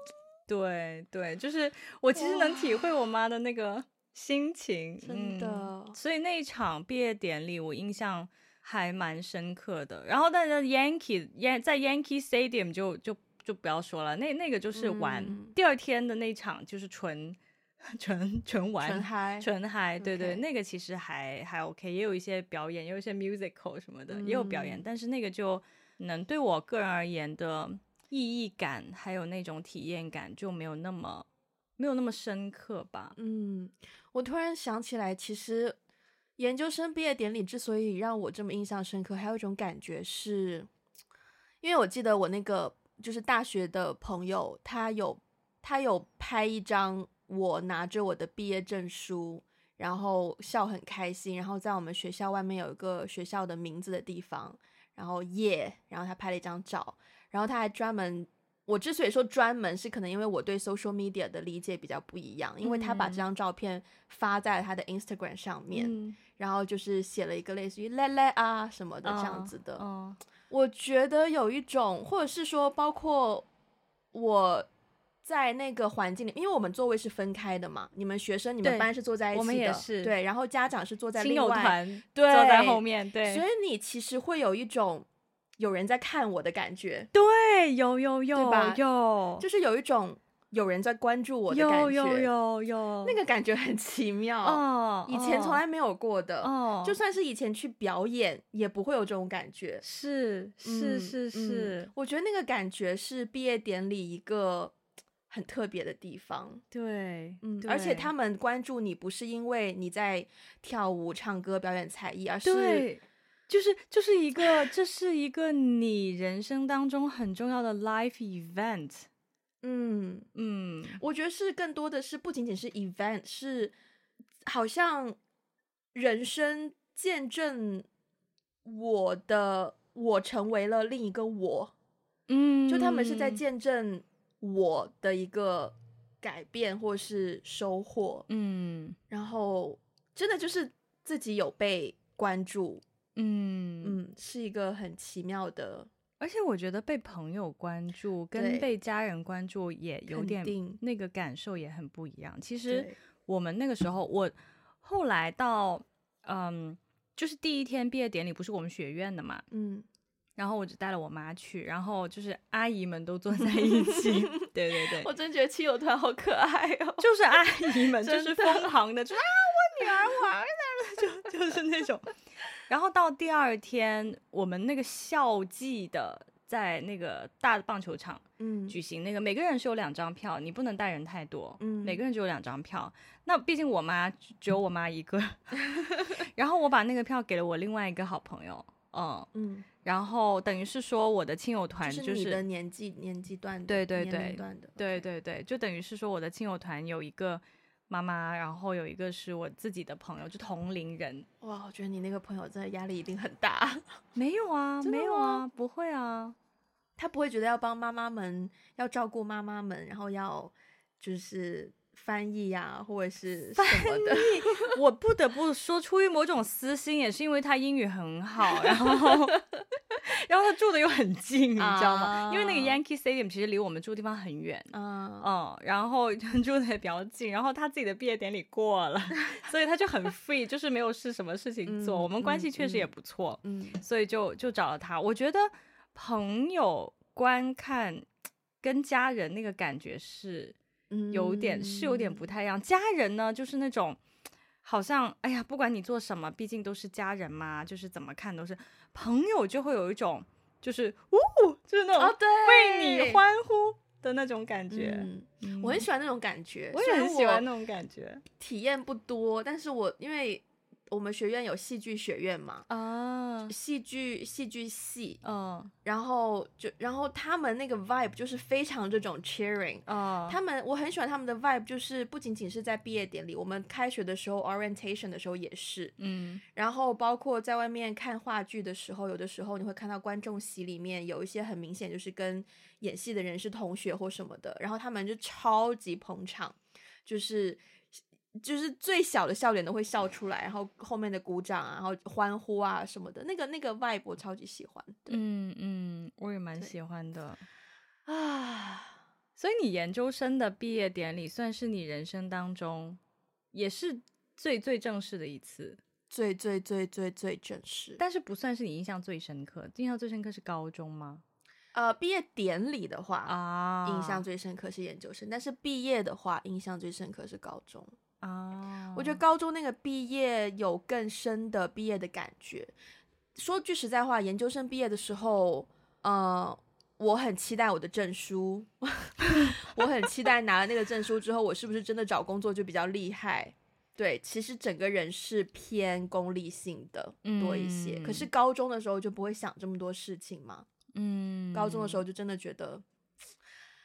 Speaker 2: 对对，就是我其实能体会我妈的那个心情，
Speaker 1: 真的、
Speaker 2: 嗯所以那一场毕业典礼，我印象还蛮深刻的。然后，但是 Yankee Yan 在 Yankee Stadium 就就就不要说了，那那个就是玩、
Speaker 1: 嗯
Speaker 2: 第二天的那场，就是纯 纯纯玩
Speaker 1: 纯嗨，
Speaker 2: 纯嗨，对对
Speaker 1: OK
Speaker 2: 那个其实还还 OK，也有一些表演，也有一些 musical 什么的，也有表演，
Speaker 1: 嗯
Speaker 2: 但是那个就能对我个人而言的意义感，还有那种体验感就没有那么没有那么深刻吧。
Speaker 1: 嗯，我突然想起来，其实研究生毕业典礼之所以让我这么印象深刻，还有一种感觉是，因为我记得我那个就是大学的朋友，他有他有拍一张我拿着我的毕业证书，然后笑很开心，然后在我们学校外面有一个学校的名字的地方，然后耶，然后他拍了一张照，然后他还专门。我之所以说专门，是可能因为我对 social media 的理解比较不一样，因为他把
Speaker 2: 嗯
Speaker 1: 这张照片发在他的 Instagram 上面，
Speaker 2: 嗯，
Speaker 1: 然后就是写了一个类似于“赖赖啊”什么的这样
Speaker 2: 嗯
Speaker 1: 子的。
Speaker 2: 嗯
Speaker 1: 我觉得有一种，或者是说，包括我在那个环境里，因为我们座位是分开的嘛，你们学生、你们
Speaker 2: 对
Speaker 1: 班是坐在一起的，
Speaker 2: 我们也是
Speaker 1: 对，然后家长是坐在
Speaker 2: 亲
Speaker 1: 另
Speaker 2: 友
Speaker 1: 外，
Speaker 2: 团
Speaker 1: 对，
Speaker 2: 坐在后，面，对
Speaker 1: 所以你其实会有一种有人在看我的感觉，
Speaker 2: 对，有有有
Speaker 1: 吧
Speaker 2: 有，
Speaker 1: 就是有一种有人在关注我的感
Speaker 2: 有
Speaker 1: 觉，
Speaker 2: 有有有
Speaker 1: 那个感觉很奇妙，
Speaker 2: 哦，
Speaker 1: 以前从
Speaker 2: 哦
Speaker 1: 来没有过的，
Speaker 2: 哦，
Speaker 1: 就算是以前去表演，也不会有这种感觉。
Speaker 2: 是是
Speaker 1: 嗯
Speaker 2: 是
Speaker 1: 嗯
Speaker 2: 是，
Speaker 1: 我觉得那个感觉是毕业典礼一个很特别的地方。
Speaker 2: 对，
Speaker 1: 嗯，而且
Speaker 2: 对
Speaker 1: 他们关注你不是因为你在跳舞、唱歌、表演才艺，而是
Speaker 2: 对，就是就是一个，这是一个你人生当中很重要的 life event。
Speaker 1: 嗯，
Speaker 2: 嗯，
Speaker 1: 我觉得是更多的是不仅仅是 event，是好像人生见证我的我成为了另一个我，
Speaker 2: 嗯，
Speaker 1: 就他们是在见证我的一个改变或是收获，
Speaker 2: 嗯，
Speaker 1: 然后真的就是自己有被关注，
Speaker 2: 嗯嗯，
Speaker 1: 嗯，是一个很奇妙的，
Speaker 2: 而且我觉得被朋友关注跟
Speaker 1: 对
Speaker 2: 被家人关注也有
Speaker 1: 肯
Speaker 2: 点
Speaker 1: 定
Speaker 2: 那个感受也很不一样。其实
Speaker 1: 对，
Speaker 2: 我们那个时候，我后来到嗯，就是第一天毕业典礼不是我们学院的嘛，
Speaker 1: 嗯，
Speaker 2: 然后我只带了我妈去，然后就是阿姨们都坐在一 起，对对对，
Speaker 1: 我真觉得亲友团好可爱哦。
Speaker 2: 就是阿姨们，就
Speaker 1: 真
Speaker 2: 是
Speaker 1: 的
Speaker 2: 疯狂的，就是啊，我女儿，我儿子， 就就是那种。然后到第二天，我们那个校际的在那个大的棒球场
Speaker 1: 嗯
Speaker 2: 举行，那个每个人是有两张票，你不能带人太多，
Speaker 1: 嗯
Speaker 2: 每个人只有两张票。那毕竟我妈只有我妈一个， 然后我把那个票给了我另外一个好朋友，嗯，
Speaker 1: 嗯，
Speaker 2: 然后等于是说我的亲友团
Speaker 1: 就是
Speaker 2: 就
Speaker 1: 你
Speaker 2: 是
Speaker 1: 的年纪年纪段的，
Speaker 2: 对对
Speaker 1: 年龄
Speaker 2: 对
Speaker 1: 段的，
Speaker 2: 对对对，就等于是说我的亲友团有一个妈妈，然后有一个是我自己的朋友，就同龄人。
Speaker 1: 哇，我觉得你那个朋友真的压力一定很大，
Speaker 2: 没有啊，
Speaker 1: 真的
Speaker 2: 没有啊，不会啊，
Speaker 1: 他不会觉得要帮妈妈们，要照顾妈妈们，然后要就是翻译呀、或者是什么的，
Speaker 2: 我不得不说，出于某种私心，也是因为他英语很好，然 后，然后他住的又很近，你知道吗？因为那个
Speaker 1: 啊
Speaker 2: Yankee Stadium 其实离我们住的地方很远。
Speaker 1: 嗯
Speaker 2: 嗯，然后 住的也比较近，然后他自己的毕业典礼过了， 所以他就很 free，就是没有事什么事情做。
Speaker 1: 嗯
Speaker 2: 我们关
Speaker 1: 嗯
Speaker 2: 系确实也
Speaker 1: 嗯
Speaker 2: 不错，
Speaker 1: 嗯
Speaker 2: 所以就就找了他。我觉得朋友观看跟家人那个感觉是
Speaker 1: 嗯，
Speaker 2: 有点、是有点不太一样。家人呢，就是那种好像哎呀，不管你做什么，毕竟都是家人嘛，就是怎么看都是朋友，就会有一种就是呜、就是那
Speaker 1: 哦
Speaker 2: 种，
Speaker 1: 对，
Speaker 2: 为你欢呼的那种感觉。
Speaker 1: 嗯，
Speaker 2: 嗯
Speaker 1: 我很喜欢那种感觉，
Speaker 2: 我
Speaker 1: 虽
Speaker 2: 也
Speaker 1: 然
Speaker 2: 很喜欢那种感觉
Speaker 1: 体验不多，但是我因为我们学院有戏剧学院嘛，
Speaker 2: 啊，
Speaker 1: 戏剧戏剧系，
Speaker 2: 嗯
Speaker 1: 然后就然后他们那个 vibe 就是非常这种 cheering。
Speaker 2: 啊，
Speaker 1: 他们我很喜欢他们的 vibe，就是不仅仅是在毕业典礼，我们开学的时候 orientation 的时候也是，
Speaker 2: 嗯
Speaker 1: 然后包括在外面看话剧的时候，有的时候你会看到观众席里面有一些很明显就是跟演戏的人是同学或什么的，然后他们就超级捧场，就是就是最小的笑脸都会笑出来，然后后面的鼓掌啊，然后欢呼啊什么的，那个那个 vibe 我超级喜欢。对
Speaker 2: 嗯嗯，我也蛮喜欢的。
Speaker 1: 啊，
Speaker 2: 所以你研究生的毕业典礼算是你人生当中也是最最正式的一次，
Speaker 1: 最最最最最正式。
Speaker 2: 但是不算是你印象最深刻。印象最深刻是高中吗？
Speaker 1: 呃，毕业典礼的话。
Speaker 2: 啊
Speaker 1: 印象最深刻是研究生，但是毕业的话，印象最深刻是高中。
Speaker 2: 啊，
Speaker 1: 我觉得高中那个毕业有更深的毕业的感觉。说句实在话，研究生毕业的时候，呃，我很期待我的证书， 我很期待拿了那个证书之后，我是不是真的找工作就比较厉害？对，其实整个人是偏功利性的多一些。可是
Speaker 2: 嗯
Speaker 1: 高中的时候就不会想这么多事情嘛，
Speaker 2: 嗯，
Speaker 1: 高中的时候就真的觉得，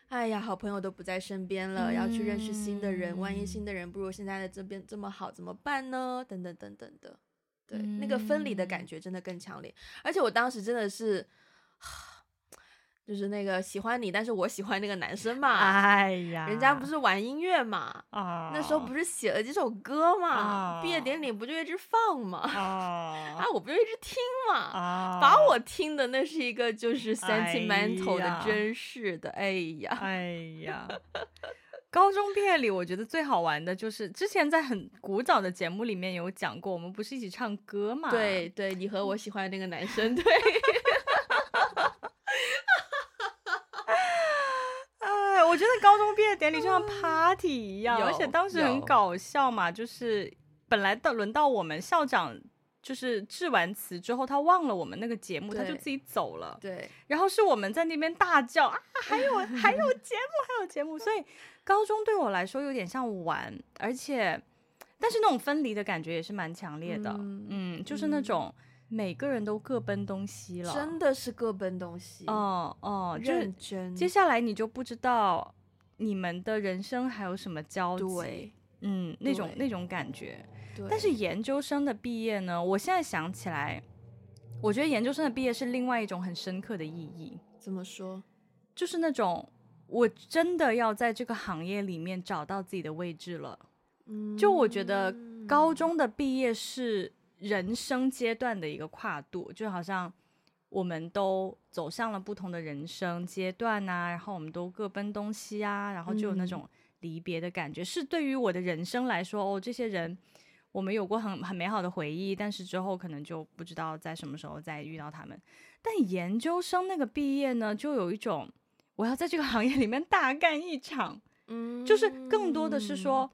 Speaker 1: 哎呀，好朋友都不在身边了，要去认识新的人，万一
Speaker 2: 嗯
Speaker 1: 新的人不如现在的这边这么好，怎么办呢？等等等等的，对，那个分离的感
Speaker 2: 嗯
Speaker 1: 觉真的更强烈。而且我当时真的是， 就是那个喜欢你，但是我喜欢那个男生嘛，
Speaker 2: 哎呀，
Speaker 1: 人家不是玩音乐嘛，
Speaker 2: 啊，
Speaker 1: 那时候不是写了几首歌嘛，毕业
Speaker 2: 啊
Speaker 1: 典礼不就一直放嘛，
Speaker 2: 啊
Speaker 1: 啊，我不就一直听嘛，
Speaker 2: 啊，
Speaker 1: 把我 听的那是一个就是哎 sentimental 的，
Speaker 2: 呀
Speaker 1: 真是的，哎呀，
Speaker 2: 哎呀。高中毕业礼，我觉得最好玩的就是之前在很古早的节目里面有讲过，我们不是一起唱歌嘛？
Speaker 1: 对对，你和我喜欢的那个男 生，对，
Speaker 2: 哎，我觉得高中毕业典礼就像 party 一样，而且
Speaker 1: 嗯有
Speaker 2: 当时很
Speaker 1: 有
Speaker 2: 搞笑嘛，就是本来到轮到我们校长。就是致完词之后，他忘了我们那个节目，他就
Speaker 1: 对
Speaker 2: 自己走了。
Speaker 1: 对，
Speaker 2: 然后是我们在那边大叫啊，还有还 有节目，还有节目。所以高中对我来说有点像玩，而且但是那种分离的感觉也是蛮强烈的。
Speaker 1: 嗯
Speaker 2: 嗯，就是那
Speaker 1: 嗯
Speaker 2: 种每个人都各奔东西了。
Speaker 1: 真的是各奔东西，
Speaker 2: 哦哦，就是
Speaker 1: 认真，
Speaker 2: 接下来你就不知道你们的人生还有什么交集，
Speaker 1: 对
Speaker 2: 嗯，那种
Speaker 1: 对
Speaker 2: 那种感觉。
Speaker 1: 对，
Speaker 2: 但是研究生的毕业呢，我现在想起来，我觉得研究生的毕业是另外一种很深刻的意义，
Speaker 1: 怎么说？
Speaker 2: 就是那种我真的要在这个行业里面找到自己的位置了。
Speaker 1: 嗯，
Speaker 2: 就我觉得高中的毕业是人生阶段的一个跨度，就好像我们都走上了不同的人生阶段呐、然后我们都各奔东西啊，然后就有那
Speaker 1: 嗯
Speaker 2: 种离别的感觉，是对于我的人生来说，哦，这些人我们有过很很美好的回忆，但是之后可能就不知道在什么时候再遇到他们。但研究生那个毕业呢，就有一种我要在这个行业里面大干一场，
Speaker 1: 嗯，
Speaker 2: 就是更多的是说，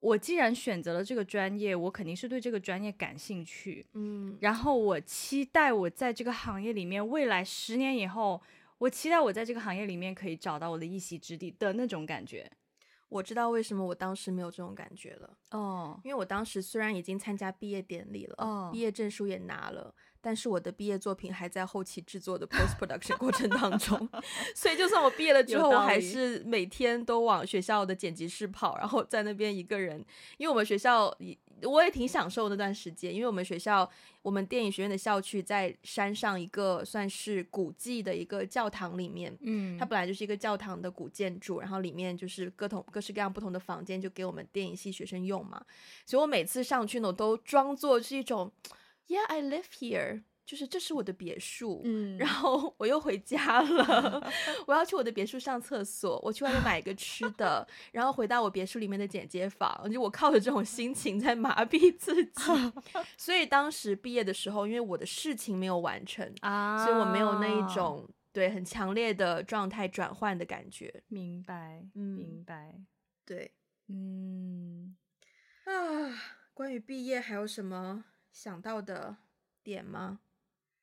Speaker 2: 我既然选择了这个专业，我肯定是对这个专业感兴趣，
Speaker 1: 嗯，
Speaker 2: 然后我期待我在这个行业里面，未来十年以后，我期待我在这个行业里面可以找到我的一席之地的那种感觉。
Speaker 1: 我知道为什么我当时没有这种感觉了，
Speaker 2: 哦，
Speaker 1: 因为我当时虽然已经参加毕业典礼了，
Speaker 2: 哦
Speaker 1: 毕业证书也拿了。但是我的毕业作品还在后期制作的 post production 过程当 中，所以就算我毕业了之
Speaker 2: 有
Speaker 1: 后，我
Speaker 2: 道
Speaker 1: 还
Speaker 2: 理
Speaker 1: 是每天都往学校的剪辑室跑，然后在那边一个人，因为我们学校也我也挺享受那段时间，因为我们学校我们电影学院的校区在山上一个算是古迹的一个教堂里面，
Speaker 2: 嗯
Speaker 1: 它本来就是一个教堂的古建筑，然后里面就是各同各式各样不同的房间，就给我们电影系学生用嘛。所以我每次上去呢，我都装作是一种，Yeah, I live here，就是这是我的别墅。
Speaker 2: 嗯
Speaker 1: 然后我又回 家了，我要去我的别墅上厕所，我去外面买一个吃的，然后回到我别墅里面的剪接房，就我靠着这种心情在麻痹 自己。所以当时毕业的时候，因为我的事情没有完成，
Speaker 2: 啊，
Speaker 1: 所以我没有那一种对很强烈的状态转换的感觉。
Speaker 2: 明白，
Speaker 1: 嗯
Speaker 2: 明白，
Speaker 1: 对
Speaker 2: 嗯，
Speaker 1: 啊，关于毕业还有什么想到的点吗？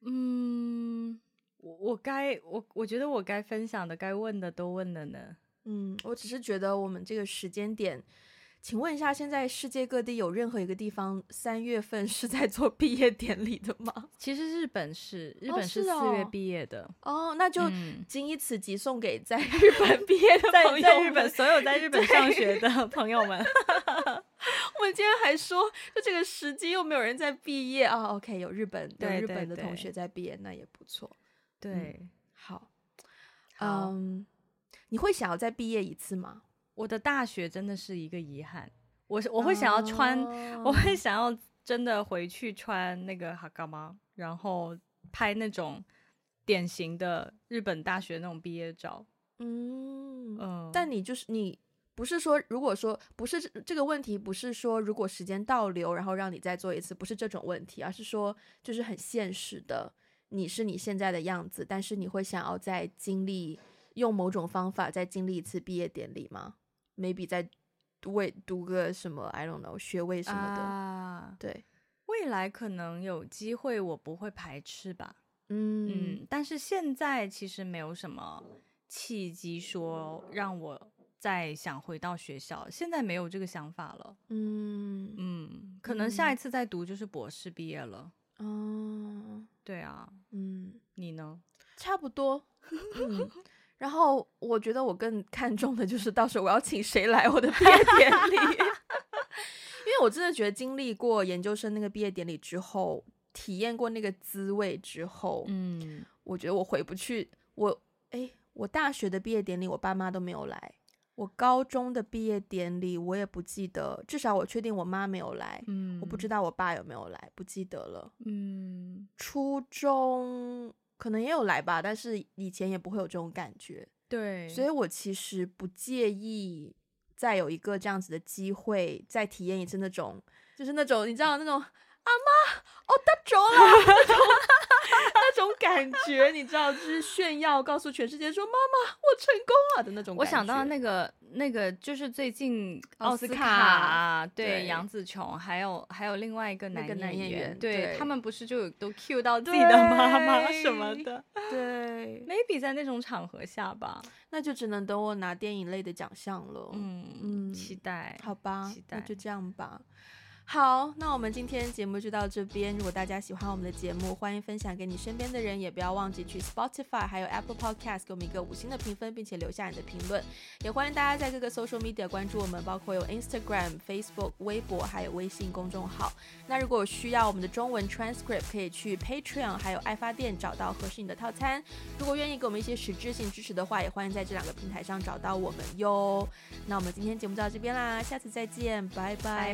Speaker 2: 嗯，我我该我我觉得我该分享的、该问的都问了呢。
Speaker 1: 嗯，我只是觉得我们这个时间点，请问一下，现在世界各地有任何一个地方三月份 是在做毕业典礼的吗？
Speaker 2: 其实日本是日
Speaker 1: 哦
Speaker 2: 本是四
Speaker 1: 是
Speaker 2: 月
Speaker 1: 哦
Speaker 2: 毕业的，
Speaker 1: 哦，那就
Speaker 2: 嗯
Speaker 1: 仅以此集送给在日本毕 业的朋
Speaker 2: 在
Speaker 1: 友
Speaker 2: 在日本
Speaker 1: 们
Speaker 2: 所有在日本上学 的朋友们，
Speaker 1: 我们今天还说，就这个时机又没有人在毕业啊。OK，有日本有
Speaker 2: 对
Speaker 1: 日
Speaker 2: 对
Speaker 1: 本的同
Speaker 2: 对
Speaker 1: 学在毕业，那也不错。
Speaker 2: 对，
Speaker 1: 好，
Speaker 2: 嗯好
Speaker 1: 嗯，你会想要再毕业一次吗？
Speaker 2: 我的大学真的是一个遗憾，我是我会想要穿，我
Speaker 1: 哦
Speaker 2: 会想要真的回去穿那个哈嘎吗，然后拍那种典型的日本大学那种毕业照，
Speaker 1: 嗯，
Speaker 2: 嗯，
Speaker 1: 但你就是你不是说，如果说不是这这个问题，不是说如果时间倒流，然后让你再做一次，不是这种问题，而是说就是很现实的，你是你现在的样子，但是你会想要再经历用某种方法再经历一次毕业典礼吗？maybe 再为读个什么 I don't know 学位什么的，
Speaker 2: 啊，
Speaker 1: 对，
Speaker 2: 未来可能有机会，我不会排斥吧。
Speaker 1: 嗯
Speaker 2: 嗯，但是现在其实没有什么契机说让我再想回到学校，现在没有这个想法了。
Speaker 1: 嗯
Speaker 2: 嗯，可能下
Speaker 1: 嗯
Speaker 2: 一次再读就是博士毕业了。
Speaker 1: 哦，
Speaker 2: 对啊，
Speaker 1: 嗯，
Speaker 2: 你呢？
Speaker 1: 差不多。 嗯，然后我觉得我更看重的就是到时候我要请谁来我的毕业典礼， 因为我真的觉得经历过研究生那个毕业典礼之后，体验过那个滋味之后，
Speaker 2: 嗯，
Speaker 1: 我觉得我回不去。我哎，我大学的毕业典礼我爸妈都没有来。我高中的毕业典礼我也不记得，至少我确定我妈没有来，
Speaker 2: 嗯
Speaker 1: 我不知道我爸有没有来，不记得了。
Speaker 2: 嗯，
Speaker 1: 初中可能也有来吧，但是以前也不会有这种感觉，
Speaker 2: 对，
Speaker 1: 所以我其实不介意再有一个这样子的机会，再体验一次那种，就是那种你知道那种阿妈哦大着了那种 那种感觉，你知道，就是炫耀，告诉全世界说妈妈我成功了的那种
Speaker 2: 我
Speaker 1: 感觉。
Speaker 2: 想到那个那个就是最近
Speaker 1: 奥
Speaker 2: 斯
Speaker 1: 斯
Speaker 2: 卡
Speaker 1: 卡
Speaker 2: 对
Speaker 1: 对
Speaker 2: 杨紫琼，还有还有另外一个
Speaker 1: 那
Speaker 2: 男
Speaker 1: 个男演
Speaker 2: 员，
Speaker 1: 员
Speaker 2: 对
Speaker 1: 对
Speaker 2: 他们不是就有都 cue 到自己的妈妈什么
Speaker 1: 对
Speaker 2: 的
Speaker 1: 对，
Speaker 2: ，maybe 在那种场合下吧，
Speaker 1: 那就只能等我拿电影类的奖项了。
Speaker 2: 嗯
Speaker 1: 嗯
Speaker 2: 期待，
Speaker 1: 好吧
Speaker 2: 期，
Speaker 1: 那
Speaker 2: 待
Speaker 1: 就这样吧。好，那我们今天节目就到这边。如果大家喜欢我们的节目，欢迎分享给你身边的人，也不要忘记去 Spotify 还有 Apple Podcast 给我们一个五星的评分，并且留下你的评论。也欢迎大家在各个 social media 关注我们，包括有 Instagram、Facebook、微博，还有微信公众号。那如果有需要我们的中文 transcript，可以去 Patreon 还有爱发电找到合适你的套餐。如果愿意给我们一些实质性支持的话，也欢迎在这两个平台上找到我们哟。那我们今天节目就到这边啦，下次再见，拜
Speaker 2: 拜
Speaker 1: 拜，